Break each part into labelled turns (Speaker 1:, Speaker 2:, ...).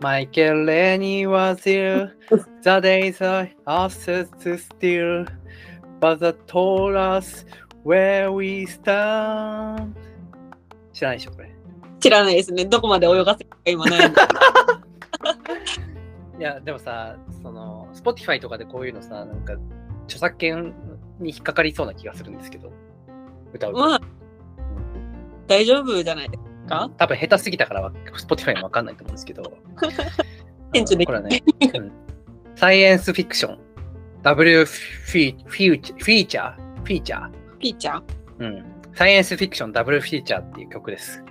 Speaker 1: Michael Lenny was ill. The days I asked to steal. But that told us where we stand. 知らないでしょ、これ。
Speaker 2: 知らないですね。どこまで泳がせるか今悩ん で。
Speaker 1: いや、でもさ、その、Spotify とかでこういうのさ、なんか、著作権に引っかかりそうな気がするんですけど、歌うと。
Speaker 2: まあ、大丈夫じゃないですか
Speaker 1: 多分下手すぎたからわ、Spotify もわかんないと思うんですけど。
Speaker 2: 編集でき
Speaker 1: あのこれはね、うんサイエンスフィクション。W フィフィーチフィーチャーフィーチャー。
Speaker 2: ピーちゃん
Speaker 1: うん。サイエンスフィクションダブルフィーチャーっていう曲です。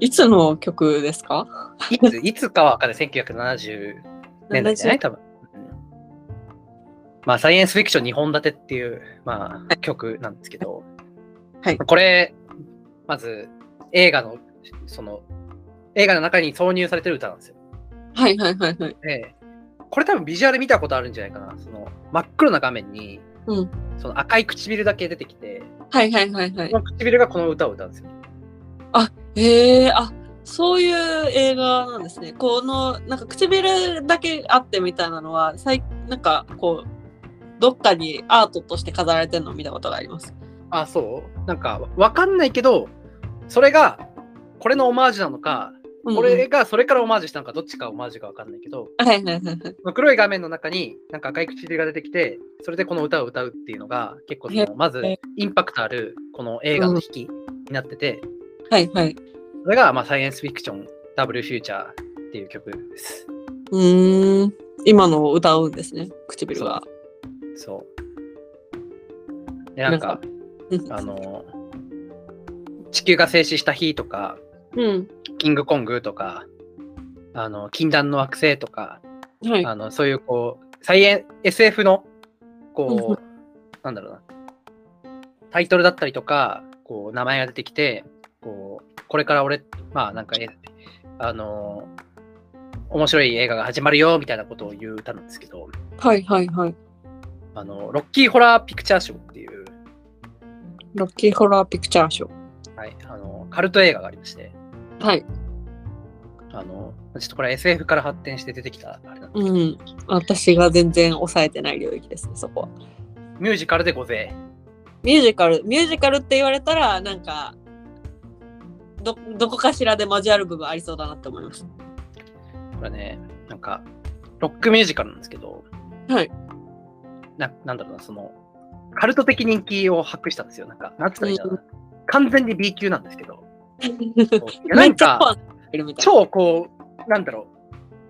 Speaker 2: いつの曲ですか
Speaker 1: い ついつかはわかんない。1970年代じゃない多分。うんまあ、サイエンスフィクション2本立てっていう、まあ、曲なんですけど、
Speaker 2: はい
Speaker 1: これ、まず映画の、その、映画の中に挿入されてる歌なんですよ
Speaker 2: はいはいはいはい。
Speaker 1: で、これ多分ビジュアル見たことあるんじゃないかな。その真っ黒な画面に、
Speaker 2: うん
Speaker 1: その赤い唇だけ出てきて、
Speaker 2: はいはいはいは
Speaker 1: こ
Speaker 2: い。
Speaker 1: の唇がこの歌を歌うんですよ。
Speaker 2: へえ、あそういう映画なんですね。この、なんか唇だけあってみたいなのは、最なんかこう、どっかにアートとして飾られてるのを見たことがあります。
Speaker 1: あ、そうなんかわかんないけど、それがこれのオマージュなのか、これがそれからオマージュしたのか、どっちかオマージュかわかんないけど、
Speaker 2: うん、はいはいはいはい。
Speaker 1: その黒い画面の中になんか赤い唇が出てきて、それでこの歌を歌うっていうのが結構その、まずインパクトあるこの映画の引きになってて、
Speaker 2: はいはい。
Speaker 1: それがまあサイエンスフィクションダブルフューチャーっていう曲です。
Speaker 2: うーん、今のを歌うんですね、唇は。
Speaker 1: そう。で、なんか、
Speaker 2: うん
Speaker 1: あの、地球が静止した日とか、
Speaker 2: うん。
Speaker 1: キングコングとか、あの、禁断の惑星とか、
Speaker 2: はい。
Speaker 1: あの、そういうこう、サイエン、SF の、
Speaker 2: うんう
Speaker 1: こう、なんだろうな、タイトルだったりとか、こう、名前が出てきて、こう、これから俺、まあ、なんか、えあの、面白い映画が始まるよ、みたいなことを言う歌なんですけど、
Speaker 2: はいはいはい。
Speaker 1: あの、ロッキーホラーピクチャーショーっていう、
Speaker 2: ロッキーホラーピクチャーショー。
Speaker 1: はい、あの、カルト映画がありまして、
Speaker 2: はい。
Speaker 1: あの、ちょっとこれ SF から発展して出てきた、あれなんですけ
Speaker 2: う
Speaker 1: ど、
Speaker 2: ん。私が全然抑えてない領域ですね、そこは。
Speaker 1: ミュージカルでごぜ
Speaker 2: ミュージカル、ミュージカルって言われたら、なんか、ど、どこかしらで交わる部分ありそうだなって思います。
Speaker 1: え。これね、なんか、ロックミュージカルなんですけど、
Speaker 2: はい。
Speaker 1: な、なんだろうな、その、カルト的人気を博したんですよ。なんか、なんつったらいいんだろうな。完全に B 級なんですけ ど、こういやなんか、
Speaker 2: いるみたい
Speaker 1: 超こう、なんだろ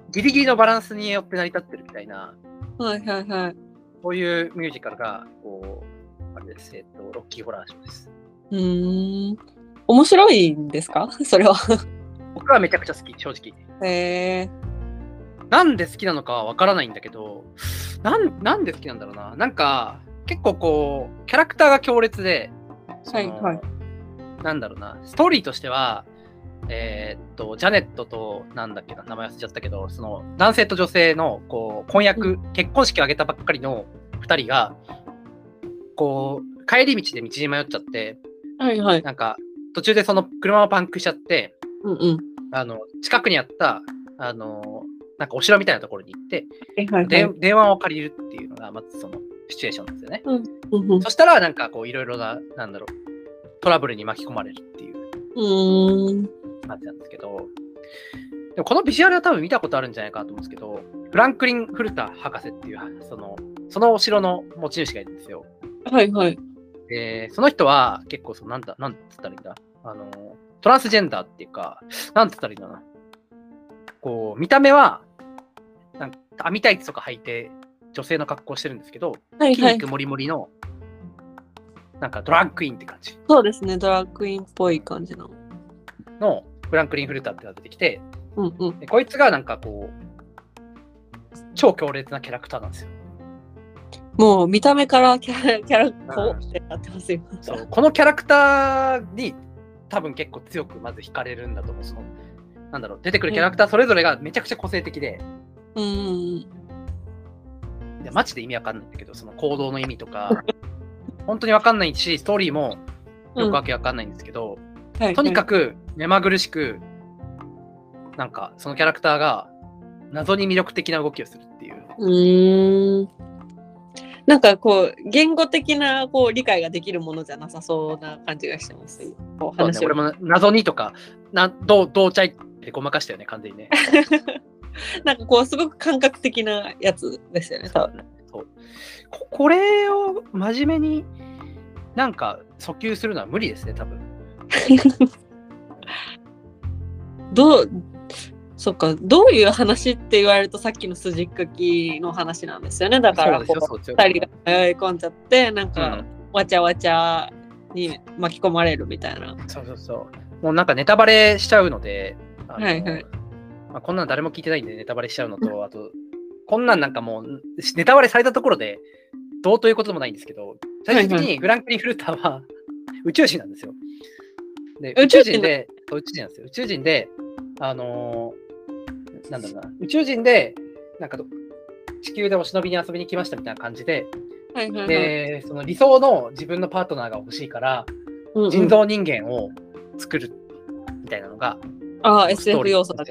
Speaker 1: う、ギリギリのバランスによって成り立ってるみたいな、
Speaker 2: な。はいはいはい。
Speaker 1: そういうミュージカルが、こう、あれです、えっと、ロッキーホラーショーです。
Speaker 2: うーん。面白いんですか それは。
Speaker 1: 僕はめちゃくちゃ好き、正直。
Speaker 2: へえ。
Speaker 1: なんで好きなのかはわからないんだけど、なんなんで好きなんだろうな。なんか、結構こう、キャラクターが強烈で、その
Speaker 2: はいはい
Speaker 1: なんだろうな、ストーリーとしては、えーっと、ジャネットと、なんだっけな、名前忘れちゃったけど、その、男性と女性の、こう、婚約、結婚式を挙げたばっかりの2人が、こう、帰り道で道に迷っちゃって、
Speaker 2: はいはい。
Speaker 1: なんか、途中でその車をパンクしちゃって、
Speaker 2: うんうん。
Speaker 1: あの、近くにあった、あの、なんかお城みたいなところに行って、
Speaker 2: はいはいは
Speaker 1: で
Speaker 2: い。
Speaker 1: 電話を借りるっていうのが、まずそのシチュエーションなんですよね。
Speaker 2: うんうん
Speaker 1: そしたら、なんかこう、いろいろな、なんだろう、トラブルに巻き込まれるっていう
Speaker 2: うーん。
Speaker 1: 感じなんですけど、でもこのビジュアルは多分見たことあるんじゃないかなと思うんですけど、フランクリン・フルター博士っていう、その、そのお城の持ち主がいるんですよ。
Speaker 2: はいはい。
Speaker 1: で、その人は結構その、なんだ、なんつったらいいんだ、あの、トランスジェンダーっていうか、なんつったらいいんだな。こう、見た目は、なんか網タイツとか履いて、女性の格好をしてるんですけど、
Speaker 2: はいは
Speaker 1: 筋
Speaker 2: い
Speaker 1: 肉。もりもりの、なんかドラッグインって感じ
Speaker 2: そうですね。ドラッグインっぽい感じの。
Speaker 1: のフランクリン・フルターってのが出てきて、
Speaker 2: うんうん。
Speaker 1: でこいつがなんかこう、超強烈なキャラクターなんですよ。
Speaker 2: もう見た目からキャラ、キャラ、こ
Speaker 1: うん
Speaker 2: うってなってますよ。
Speaker 1: そうこのキャラクターに多分結構強くまず惹かれるんだと思う。そのなんだろう出てくるキャラクターそれぞれがめちゃくちゃ個性的で、
Speaker 2: うんうん
Speaker 1: でマジで意味わかんないんだけど、その行動の意味と か、本当にわかんないし、ストーリーも
Speaker 2: うん。
Speaker 1: よくわけわかんないんですけど、
Speaker 2: はいはい
Speaker 1: とにかく目まぐるしくなんかそのキャラクターが謎に魅力的な動きをするっていう。
Speaker 2: うーん。なんかこう、言語的なこう理解ができるものじゃなさそうな感じがしてます。お
Speaker 1: そうね、
Speaker 2: 話を
Speaker 1: 俺も謎にとか、などうどうちゃいってごまかしたよね、完全にね。
Speaker 2: なんかこう、すごく感覚的なやつですよね、多分。
Speaker 1: そうここれを真面目になんか訴求するのは無理ですね、多分。
Speaker 2: どう、そっか、どういう話って言われるとさっきの筋っかきの話なんですよね。だから
Speaker 1: そうですよ
Speaker 2: こ
Speaker 1: そうです
Speaker 2: う、
Speaker 1: よ
Speaker 2: 二人が迷い込んじゃって、なん
Speaker 1: う
Speaker 2: か
Speaker 1: ん、
Speaker 2: わちゃわちゃに巻き込まれるみたいな。
Speaker 1: そうそうそう。もうなんかネタバレしちゃうので、あの
Speaker 2: はいはい
Speaker 1: まあ、こんなん誰も聞いてないんでネタバレしちゃうの と、あと、こんなんなんかもう、ネタバレされたところで、どうということでもないんですけど、最終的
Speaker 2: はい
Speaker 1: にグランクリー・フルーターは宇宙人なんですよ。で宇
Speaker 2: 宇
Speaker 1: 宙
Speaker 2: 宙
Speaker 1: 人
Speaker 2: 人
Speaker 1: で、そう宇宙人なんですよ。宇宙人で、あのーなんだろうな、宇宙人で、なんかど地球でお忍びに遊びに来ましたみたいな感じで、
Speaker 2: はいはいはい。
Speaker 1: で、その理想の自分のパートナーが欲しいから、
Speaker 2: うんうん
Speaker 1: 人造人間を作るみたいなのが、
Speaker 2: ああ、
Speaker 1: ストー
Speaker 2: SF
Speaker 1: リー
Speaker 2: 要素だ。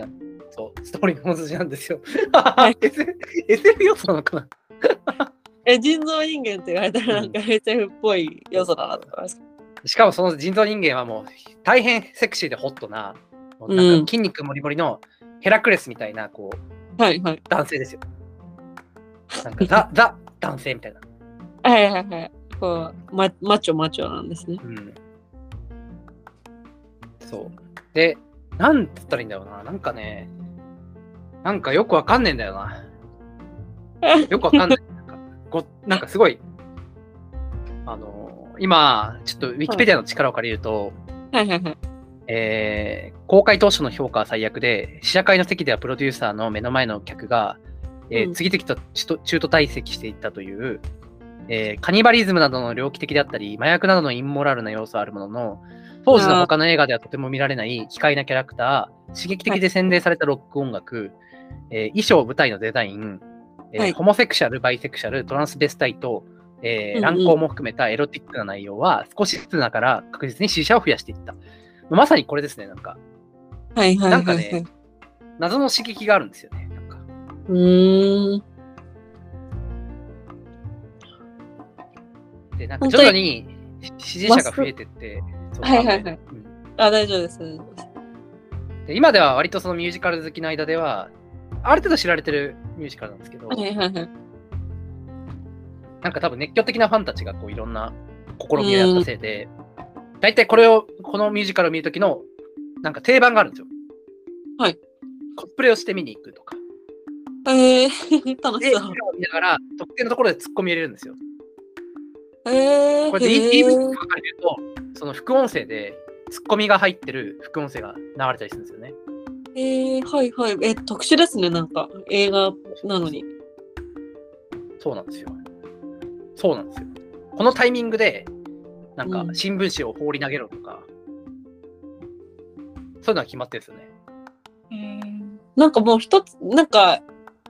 Speaker 1: そう、ストーリーの本筋なんですよ。
Speaker 2: い
Speaker 1: SF, SF 要素なのかな
Speaker 2: え、人造人間って言われたらなんか SF っぽい要素だなと思います。
Speaker 1: しかもその人造人間はもう大変セクシーでホットな、もう
Speaker 2: う
Speaker 1: なん
Speaker 2: ん
Speaker 1: か筋肉もりもりのヘラクレスみたいなこう
Speaker 2: はいはい。
Speaker 1: 男性ですよ。なん かザ、ザ男性みたいな。
Speaker 2: はいはいはい。こう、ま、マッチョマッチョなんですね。
Speaker 1: うん。そう。で、なんつったらいいんだろうな。なんかね、なんかよくわかんねえんだよな。よくわかんない。なんかごなんかすごい、あのー今、ちょっとウィキペディアの力を借りると、
Speaker 2: はいはいはい。
Speaker 1: えー公開当初の評価は最悪で、試写会の席ではプロデューサーの目の前の客が、えー
Speaker 2: うん
Speaker 1: 次々とちと中途退席していったという、えーカニバリズムなどの猟奇的であったり、麻薬などのインモラルな要素はあるものの、当時の他の映画ではとても見られない奇怪なキャラクター、刺激的で洗練されたロック音楽、えー衣装、舞台のデザイン、えー
Speaker 2: はい
Speaker 1: ホモセクシャル、バイセクシャル、トランスベスタイト、えー
Speaker 2: うんうん
Speaker 1: 乱行も含めたエロティックな内容は少しずつながら確実に支持者を増やしていった。まさにこれですね、なんか。
Speaker 2: はいはいはい、はい。
Speaker 1: なんかね、謎の刺激があるんですよね。なんか
Speaker 2: うーん。
Speaker 1: で、なんか
Speaker 2: 本
Speaker 1: 徐
Speaker 2: 当に
Speaker 1: 々に支持者が増えてって、そう
Speaker 2: はいはいはい
Speaker 1: うん
Speaker 2: あ、大丈夫です。
Speaker 1: で今では割とそのミュージカル好きの間では、ある程度知られてるミュージカルなんですけど、
Speaker 2: はいはいはい。
Speaker 1: なんか多分熱狂的なファンたちがこういろんな試みをやったせいで、大体これを、このミュージカルを見るときの、なんか定番があるんですよ。
Speaker 2: はい。
Speaker 1: コスプレをして見に行くとか。
Speaker 2: えー、 楽
Speaker 1: で、
Speaker 2: し
Speaker 1: 見
Speaker 2: そう。
Speaker 1: ながら、特定のところで突っ込み入れるんですよ。
Speaker 2: えー、
Speaker 1: これで
Speaker 2: へ
Speaker 1: DV
Speaker 2: ー
Speaker 1: とか書かれてると、その副音声で、ツッコミが入ってる副音声が流れたりするんですよね。
Speaker 2: えー、はいはい。え、特殊ですね、なんか。映画なのに。
Speaker 1: そうなんですよ。そうなんですよ。このタイミングで、なんか
Speaker 2: う、ん
Speaker 1: 新聞紙を放り投げろとか、そういうのは決まってるんですよね。
Speaker 2: なんかもう一つ、なんか、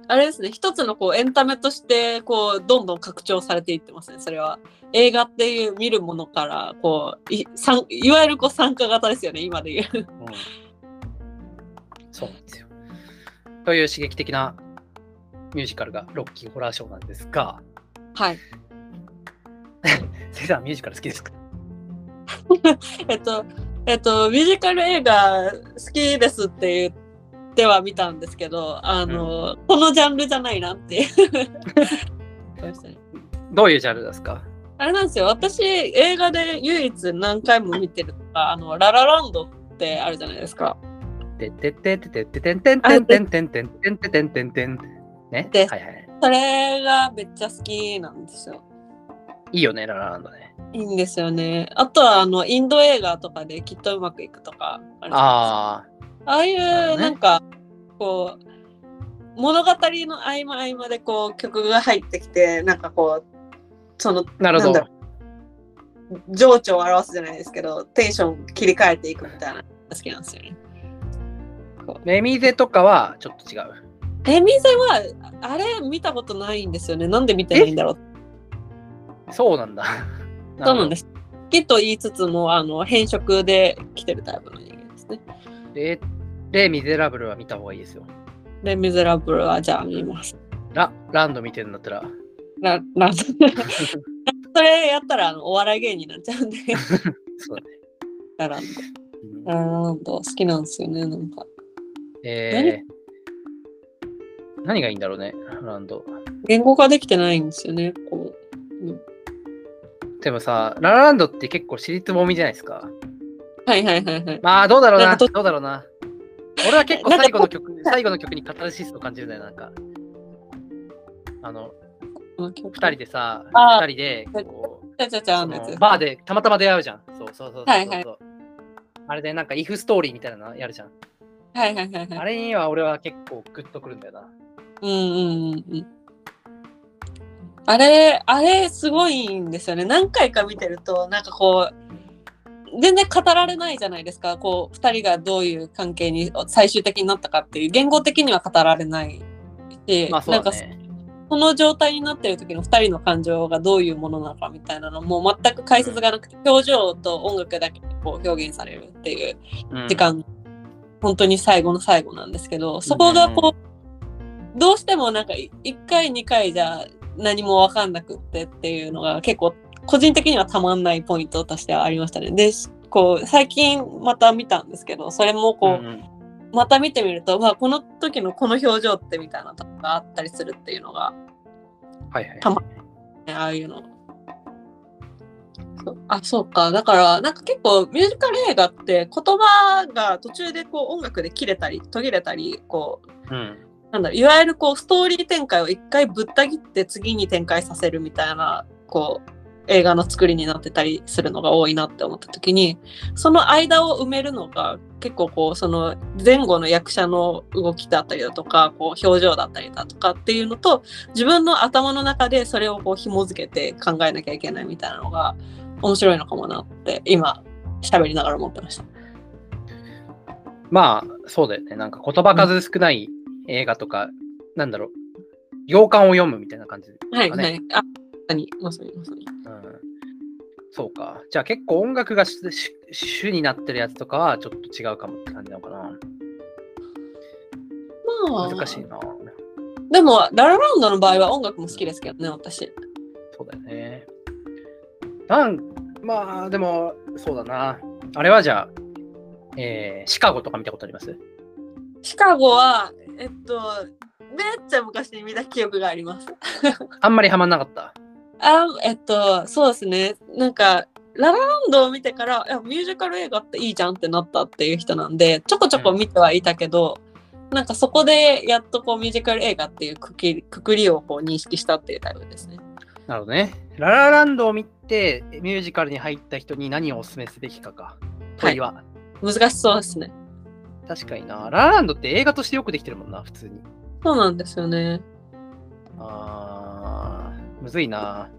Speaker 2: あれですね、一つのこうエンタメとして、こう、どんどん拡張されていってますね、それは。映画っていう見るものから、こう、いさんいわゆるこう参加型ですよね、今で言う。
Speaker 1: そうなんですよ。という刺激的なミュージカルがロッキーホラーショーなんですが、
Speaker 2: はい。
Speaker 1: 先生はミュージカル好きですか
Speaker 2: えっと、えっと、ミュージカル映画好きですって言っては見たんですけど、あの、このジャンルじゃないな って。そうですね
Speaker 1: どういうジャンルですか
Speaker 2: あれなんですよ、私、映画で唯一何回も見てるのが、あの、ララランドってあるじゃないですか。
Speaker 1: てってってってってってんてんてんてんてんてんてんてんてんてんてんね。はい
Speaker 2: で
Speaker 1: はい。
Speaker 2: それがめっちゃ好きなんですよ。
Speaker 1: いいよね、ララランドね。
Speaker 2: いいんですよね。あとはあのインド映画とかできっとうまくいくとかあるじゃない
Speaker 1: あ
Speaker 2: ですかああい
Speaker 1: なるほど
Speaker 2: う
Speaker 1: ね
Speaker 2: なんかこう物語の合間合間でこう曲が入ってきてなんかこうその
Speaker 1: あ、なるほ
Speaker 2: な
Speaker 1: ど
Speaker 2: んだ。情緒を表すじゃないですけどテンション切り替えていくみたいなのが好きなんですよね。
Speaker 1: メミゼとかはちょっと違う。
Speaker 2: レミゼはあれ見たことないんですよね。なんで見てないんだろう
Speaker 1: そうなんだ。。
Speaker 2: そうなんですす。好きと言いつつもあの変色で来てるタイプの人間ですね。
Speaker 1: えーっレ・ミゼラブルは見た方がいいですよ。
Speaker 2: レ・ミゼラブルはじゃあ見ます。
Speaker 1: ラ、ランド見てるんだったら。
Speaker 2: ラランそれやったらあのお笑い芸人になっちゃうんで。
Speaker 1: そうだね。
Speaker 2: ララン
Speaker 1: うん
Speaker 2: ド。ラランド好きなんですよね、なんか。
Speaker 1: えー、何がいいんだろうね、ランド。
Speaker 2: 言語化できてないんですよね、こう。うん
Speaker 1: でもさ、ララランドって結構私立もみじゃないですか。
Speaker 2: はいはいはいはい。
Speaker 1: まあ、どうだろう
Speaker 2: な
Speaker 1: な、
Speaker 2: んか
Speaker 1: ど
Speaker 2: と
Speaker 1: うだろうな。俺は結構
Speaker 2: なんか
Speaker 1: 最後の曲、最後の曲にカタルシスを感じるんだよ、なんか。あの、二人
Speaker 2: で。
Speaker 1: でさ、
Speaker 2: あー
Speaker 1: 二人で、こう、
Speaker 2: ちゃちゃちゃ
Speaker 1: そ
Speaker 2: のやつ
Speaker 1: の。バーでたまたま出会うじゃん。そうそうそうそうそう。
Speaker 2: はいはい
Speaker 1: あれでなんか、イフストーリーみたいなのやるじゃん。
Speaker 2: はいはいはい
Speaker 1: あ
Speaker 2: はい。
Speaker 1: れには俺は結構グッとくるんだよな。
Speaker 2: うんうんうんうん。あれ、あれすごいんですよね。何回か見てると、なんかこう、全然語られないじゃないですか。こう、二人がどういう関係に最終的になったかっていう、言語的には語られないし、
Speaker 1: まあ、そ
Speaker 2: なん
Speaker 1: うだ
Speaker 2: か
Speaker 1: ね。
Speaker 2: その状態になってる時の二人の感情がどういうものなのかみたいなのもう全く解説がなくて、表情と音楽だけでこう表現されるっていう
Speaker 1: うん
Speaker 2: 時間、本当に最後の最後なんですけどそこがこう、どうしてもなんかい一回二回じゃ何も分かんなくってっていうのが結構個人的にはたまんないポイントとしてはありましたね。でしこう最近また見たんですけどそれもこ
Speaker 1: う
Speaker 2: う、
Speaker 1: んうん
Speaker 2: また見てみると、まあ、この時のこの表情ってみたいなとこがあったりするっていうのが、
Speaker 1: はいはい。
Speaker 2: たまね、ああいうの。そうあそうかだからなんか結構ミュージカル映画って言葉が途中でこう音楽で切れたり途切れたりこう
Speaker 1: うん。
Speaker 2: なんだろういわゆるこうストーリー展開を一回ぶった切って次に展開させるみたいなこう映画の作りになってたりするのが多いなって思った時にその間を埋めるのが結構こうその前後の役者の動きだったりだとかこう表情だったりだとかっていうのと自分の頭の中でそれをこう紐付けて考えなきゃいけないみたいなのが面白いのかもなって今喋りながら思ってました。
Speaker 1: まあ、そうだよね。なんか言葉数少ない映画とか、なんだろう。行間を読むみたいな感じです
Speaker 2: はい
Speaker 1: か
Speaker 2: は
Speaker 1: ね。
Speaker 2: い。あ、何まさにまさに。
Speaker 1: うん、そうか。じゃあ結構音楽が主主になってるやつとかはちょっと違うかもって感じなのか
Speaker 2: まあ
Speaker 1: な。難しいな。
Speaker 2: でも、ララランドの場合は音楽も好きですけどね、私。
Speaker 1: そうだよね。なんまあ、でも、そうだな。あれはじゃあ、えーシカゴとか見たことあります
Speaker 2: シカゴは、えっと、めっちゃ昔に見た記憶があります。
Speaker 1: あんまりハマんなかった。
Speaker 2: あ、えっと、そうですね。なんか、ララランドを見てから、いやミュージカル映画っていいじゃんってなったっていう人なんで、ちょこちょこ見てはいたけど、なんかそこでやっとこうミュージカル映画っていうくきくくりをこう認識したっていうタイプですね。
Speaker 1: なるほどね。ララランドを見て、ミュージカルに入った人に何をお勧めすべきかか。問いは。
Speaker 2: 難しそうですね。
Speaker 1: 確かにな。ララランドって映画としてよくできてるもんな、普通に。
Speaker 2: そうなんですよね。
Speaker 1: あーむずいな。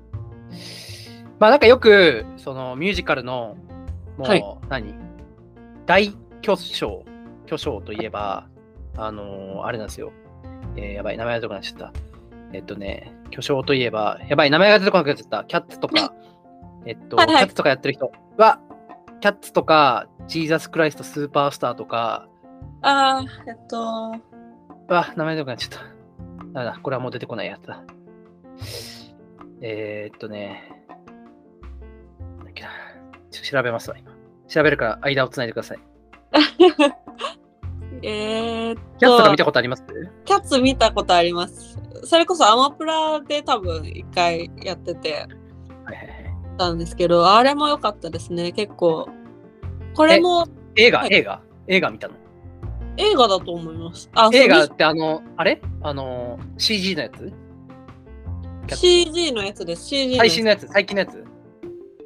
Speaker 1: まあなんかよく、そのミュージカルの、もう、
Speaker 2: はい
Speaker 1: 何大巨匠、巨匠といえば、あのーあれなんですよ。えーやばい、名前が出てこなくなっちゃった。えっとね、巨匠といえば、やばい、名前が出てこなくなっちゃった。キャッツとか、えっと、
Speaker 2: はいはい
Speaker 1: キャッツとかやってる人は、キャッツとか、ジーザスクライストスーパースターとか、
Speaker 2: あー、えっと、
Speaker 1: あ、名前出てこなくなっちゃった。なんだ、これはもう出てこないやつだ。えー、っとね。なんだっけなちょっと調べますわ、今。調べるから間をつないでください。
Speaker 2: えー、
Speaker 1: キャッツとか見たことあります
Speaker 2: キャッツ見たことあります。それこそアマプラで多分一回やってて
Speaker 1: はいはいはい
Speaker 2: たんですけど、あれも良かったですね、結構。これも
Speaker 1: 映画、
Speaker 2: はい
Speaker 1: 映画、映画見たの。
Speaker 2: 映画だと思います。あ、
Speaker 1: 映画
Speaker 2: そ
Speaker 1: っ
Speaker 2: う
Speaker 1: てあの、あれあの、CG のやつ
Speaker 2: CG のやつです。CG の
Speaker 1: 最
Speaker 2: やつ
Speaker 1: 新のやつ最近のやつ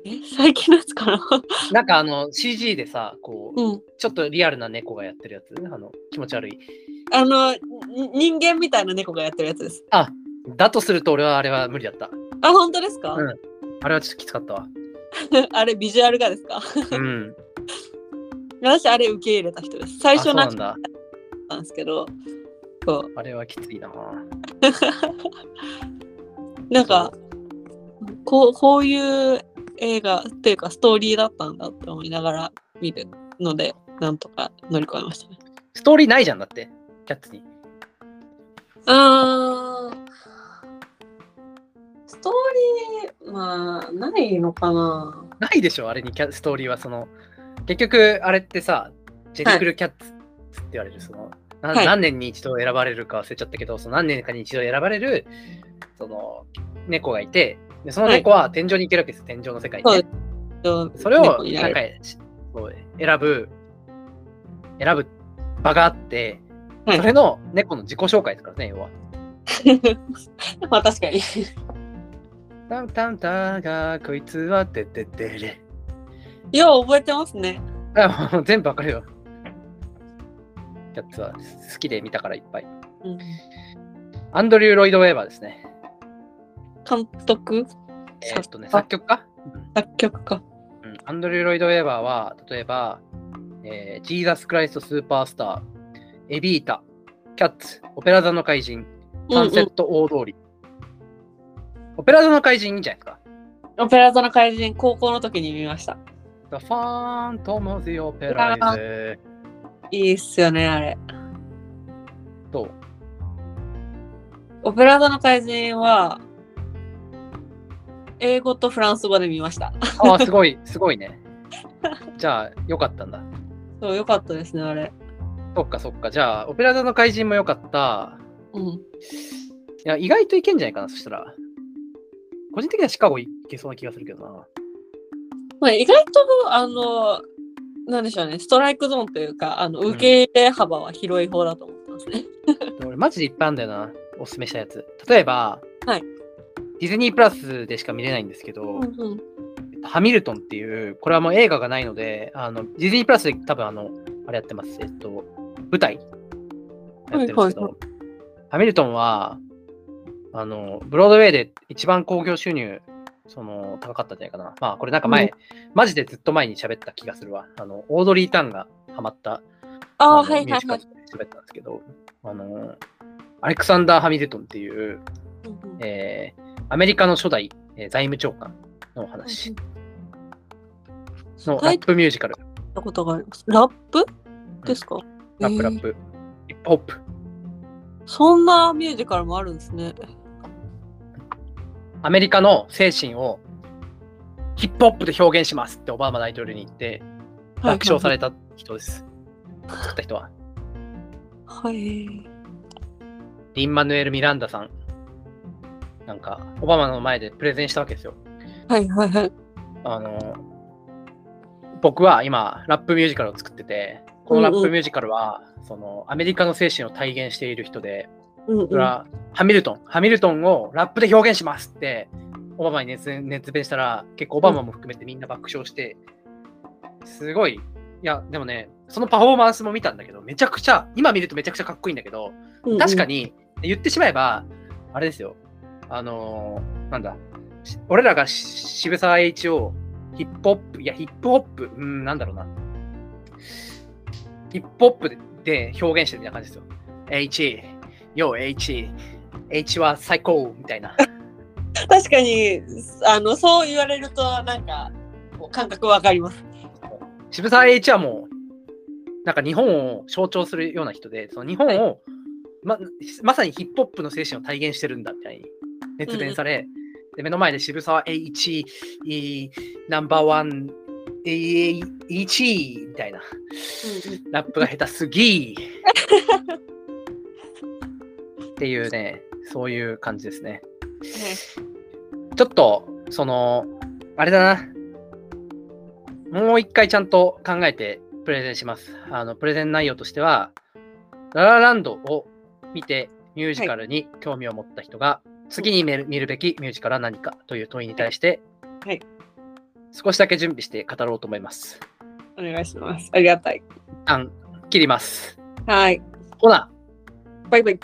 Speaker 2: え最近のやつかな
Speaker 1: なんかあの、CG でさ、こう、
Speaker 2: うん。
Speaker 1: ちょっとリアルな猫がやってるやつあの、気持ち悪い。
Speaker 2: あの、に人間みたいな猫がやってるやつです。
Speaker 1: あ、だとすると俺はあれは無理だった。
Speaker 2: あ、本当ですか、
Speaker 1: うんあれはちょっときつかったわ。
Speaker 2: あれビジュアルがですか
Speaker 1: うん。
Speaker 2: 私あれ受け入れた人です。 最初
Speaker 1: あ
Speaker 2: な
Speaker 1: そ
Speaker 2: か
Speaker 1: うなん
Speaker 2: っ
Speaker 1: だ。
Speaker 2: たんですけど、そう。
Speaker 1: あれはきついな。
Speaker 2: なんか、こうこういう映画っていうかストーリーだったんだって思いながら見るのでなんとか乗り越えましたね。
Speaker 1: ストーリーないじゃんだって、キャッツに。
Speaker 2: あーストーリー、まあ、ないのかな。
Speaker 1: ないでしょ、あれにキャストーリーは。その結局、あれってさ、ジェリクル・キャッツって言われる、その、な
Speaker 2: はい
Speaker 1: 何年に一度選ばれるか忘れちゃったけど、その何年かに一度選ばれるその猫がいて、でその猫は天井に行けるわけです、天井の世界に、
Speaker 2: そう
Speaker 1: ね。それ
Speaker 2: 猫
Speaker 1: を
Speaker 2: に
Speaker 1: な
Speaker 2: なんる
Speaker 1: かしこう選ぶ、選ぶ場があって、
Speaker 2: はい
Speaker 1: それの猫の自己紹介ですからね、要は。
Speaker 2: まあ、確かに。
Speaker 1: タンタンタンがこいつはてててれ。
Speaker 2: よう覚えてますね。
Speaker 1: あもう全部わかるよ。キャッツは好きで見たからいっぱい。
Speaker 2: うん
Speaker 1: アンドリュー・ロイド・ウェーバーですね。
Speaker 2: 監督
Speaker 1: え
Speaker 2: 作
Speaker 1: ーっとね、
Speaker 2: あ
Speaker 1: 作曲家、
Speaker 2: 作曲家。
Speaker 1: うんアンドリュー・ロイド・ウェーバーは、例えば、えー、ジーザス・クライスト・スーパースター、エビータ、キャッツ、オペラ座の怪人、サンセット大通り。オペラ座の怪人いいんじゃないですか。
Speaker 2: うんうんオペラ座の怪人、高校の時に見ました。
Speaker 1: The Phantom of the Opera is
Speaker 2: いいっすよね、あれ。
Speaker 1: と、
Speaker 2: オペラ座の怪人は、英語とフランス語で見ました。
Speaker 1: ああ、すごい、すごいね。じゃあ、よかったんだ。
Speaker 2: そう、よかったですね、あれ。
Speaker 1: そっかそっか。じゃあ、オペラ座の怪人もよかった。
Speaker 2: うん。
Speaker 1: いや、意外といけんじゃないかな、そしたら。個人的にはシカゴ行けそうな気がするけどな。
Speaker 2: まあ、意外と、あの、なんでしょうね、ストライクゾーンというか、あの
Speaker 1: ん
Speaker 2: 受け入れ幅は広い方だと思ってますね。
Speaker 1: でも俺、マジでいっぱいあるんだよな、おすすめしたやつ。例えば、
Speaker 2: はい
Speaker 1: ディズニープラスでしか見れないんですけど、
Speaker 2: うんうん
Speaker 1: ハミルトンっていう、これはもう映画がないので、あのディズニープラスで多分あの、あれやってます、えっと、舞台やってるんですけど、
Speaker 2: はい
Speaker 1: ハミルトンは、あの、ブロードウェイで一番興行収入、その、高かったんじゃないかな。まあ、これなんか前、
Speaker 2: うん
Speaker 1: マジでずっと前に喋った気がするわ。あの、オードリー・タンがハマった
Speaker 2: あ
Speaker 1: の
Speaker 2: あ、はい
Speaker 1: ミ
Speaker 2: は
Speaker 1: ュージカ
Speaker 2: いは
Speaker 1: ル
Speaker 2: い
Speaker 1: で。喋ったんですけど、あの、アレクサンダー・ハミルトンっていう、
Speaker 2: うんうん
Speaker 1: えーアメリカの初代、えー財務長官のお話の
Speaker 2: タ
Speaker 1: ラ
Speaker 2: イ
Speaker 1: ップミュージカル、
Speaker 2: 聞いたことがあります。ラップですか、
Speaker 1: ラップラッ
Speaker 2: えー
Speaker 1: プ、ヒップホップ、
Speaker 2: そんなミュージカルもあるんですね。
Speaker 1: アメリカの精神をヒップホップで表現しますってオバマ大統領に言って爆笑された人です。作った人は。
Speaker 2: はい。はい
Speaker 1: リン・マヌエル・ミランダさん。なんか、オバマの前でプレゼンしたわけですよ。
Speaker 2: はいはいはい。
Speaker 1: あの、僕は今、ラップミュージカルを作ってて、このラップミュージカルは、その、アメリカの精神を体現している人で、
Speaker 2: うん
Speaker 1: それは、ハミルトン、ハミルトンをラップで表現しますって、オバマに熱熱弁したら、結構オバマも含めてみんな爆笑して、すごい、いや、でもね、そのパフォーマンスも見たんだけど、めちゃくちゃ、今見るとめちゃくちゃかっこいいんだけど、
Speaker 2: うん
Speaker 1: 確か。に言ってしまえばあれですよあのーなんだし俺らがし渋沢栄一をヒップホップいやヒップホップうーんなんだろうなヒップホップで表現してるみたいな感じですよ H よ H H は最高みたいな
Speaker 2: 確かに、あの、そう言われると、なんか、こう感覚わかります。
Speaker 1: 渋沢栄一はもうなんか日本を象徴するような人でその日本を、ままさにヒップホップの精神を体現してるんだみたいに熱弁され、で目の前で渋沢栄一いナンバーワンえい1位みたいなラップが下手すぎっていうねそういう感じですねちょっとそのあれだなもう一回ちゃんと考えてプレゼンしますあのプレゼン内容としてはララランドを見てミュージカルに興味を持った人が、次に見る見るべきミュージカルは何かという問いに対して、
Speaker 2: はい
Speaker 1: 少しだけ準備して語ろうと思います。
Speaker 2: お願いします。ありがたい。
Speaker 1: 一旦切ります。
Speaker 2: はい。
Speaker 1: ほな
Speaker 2: バイバイ。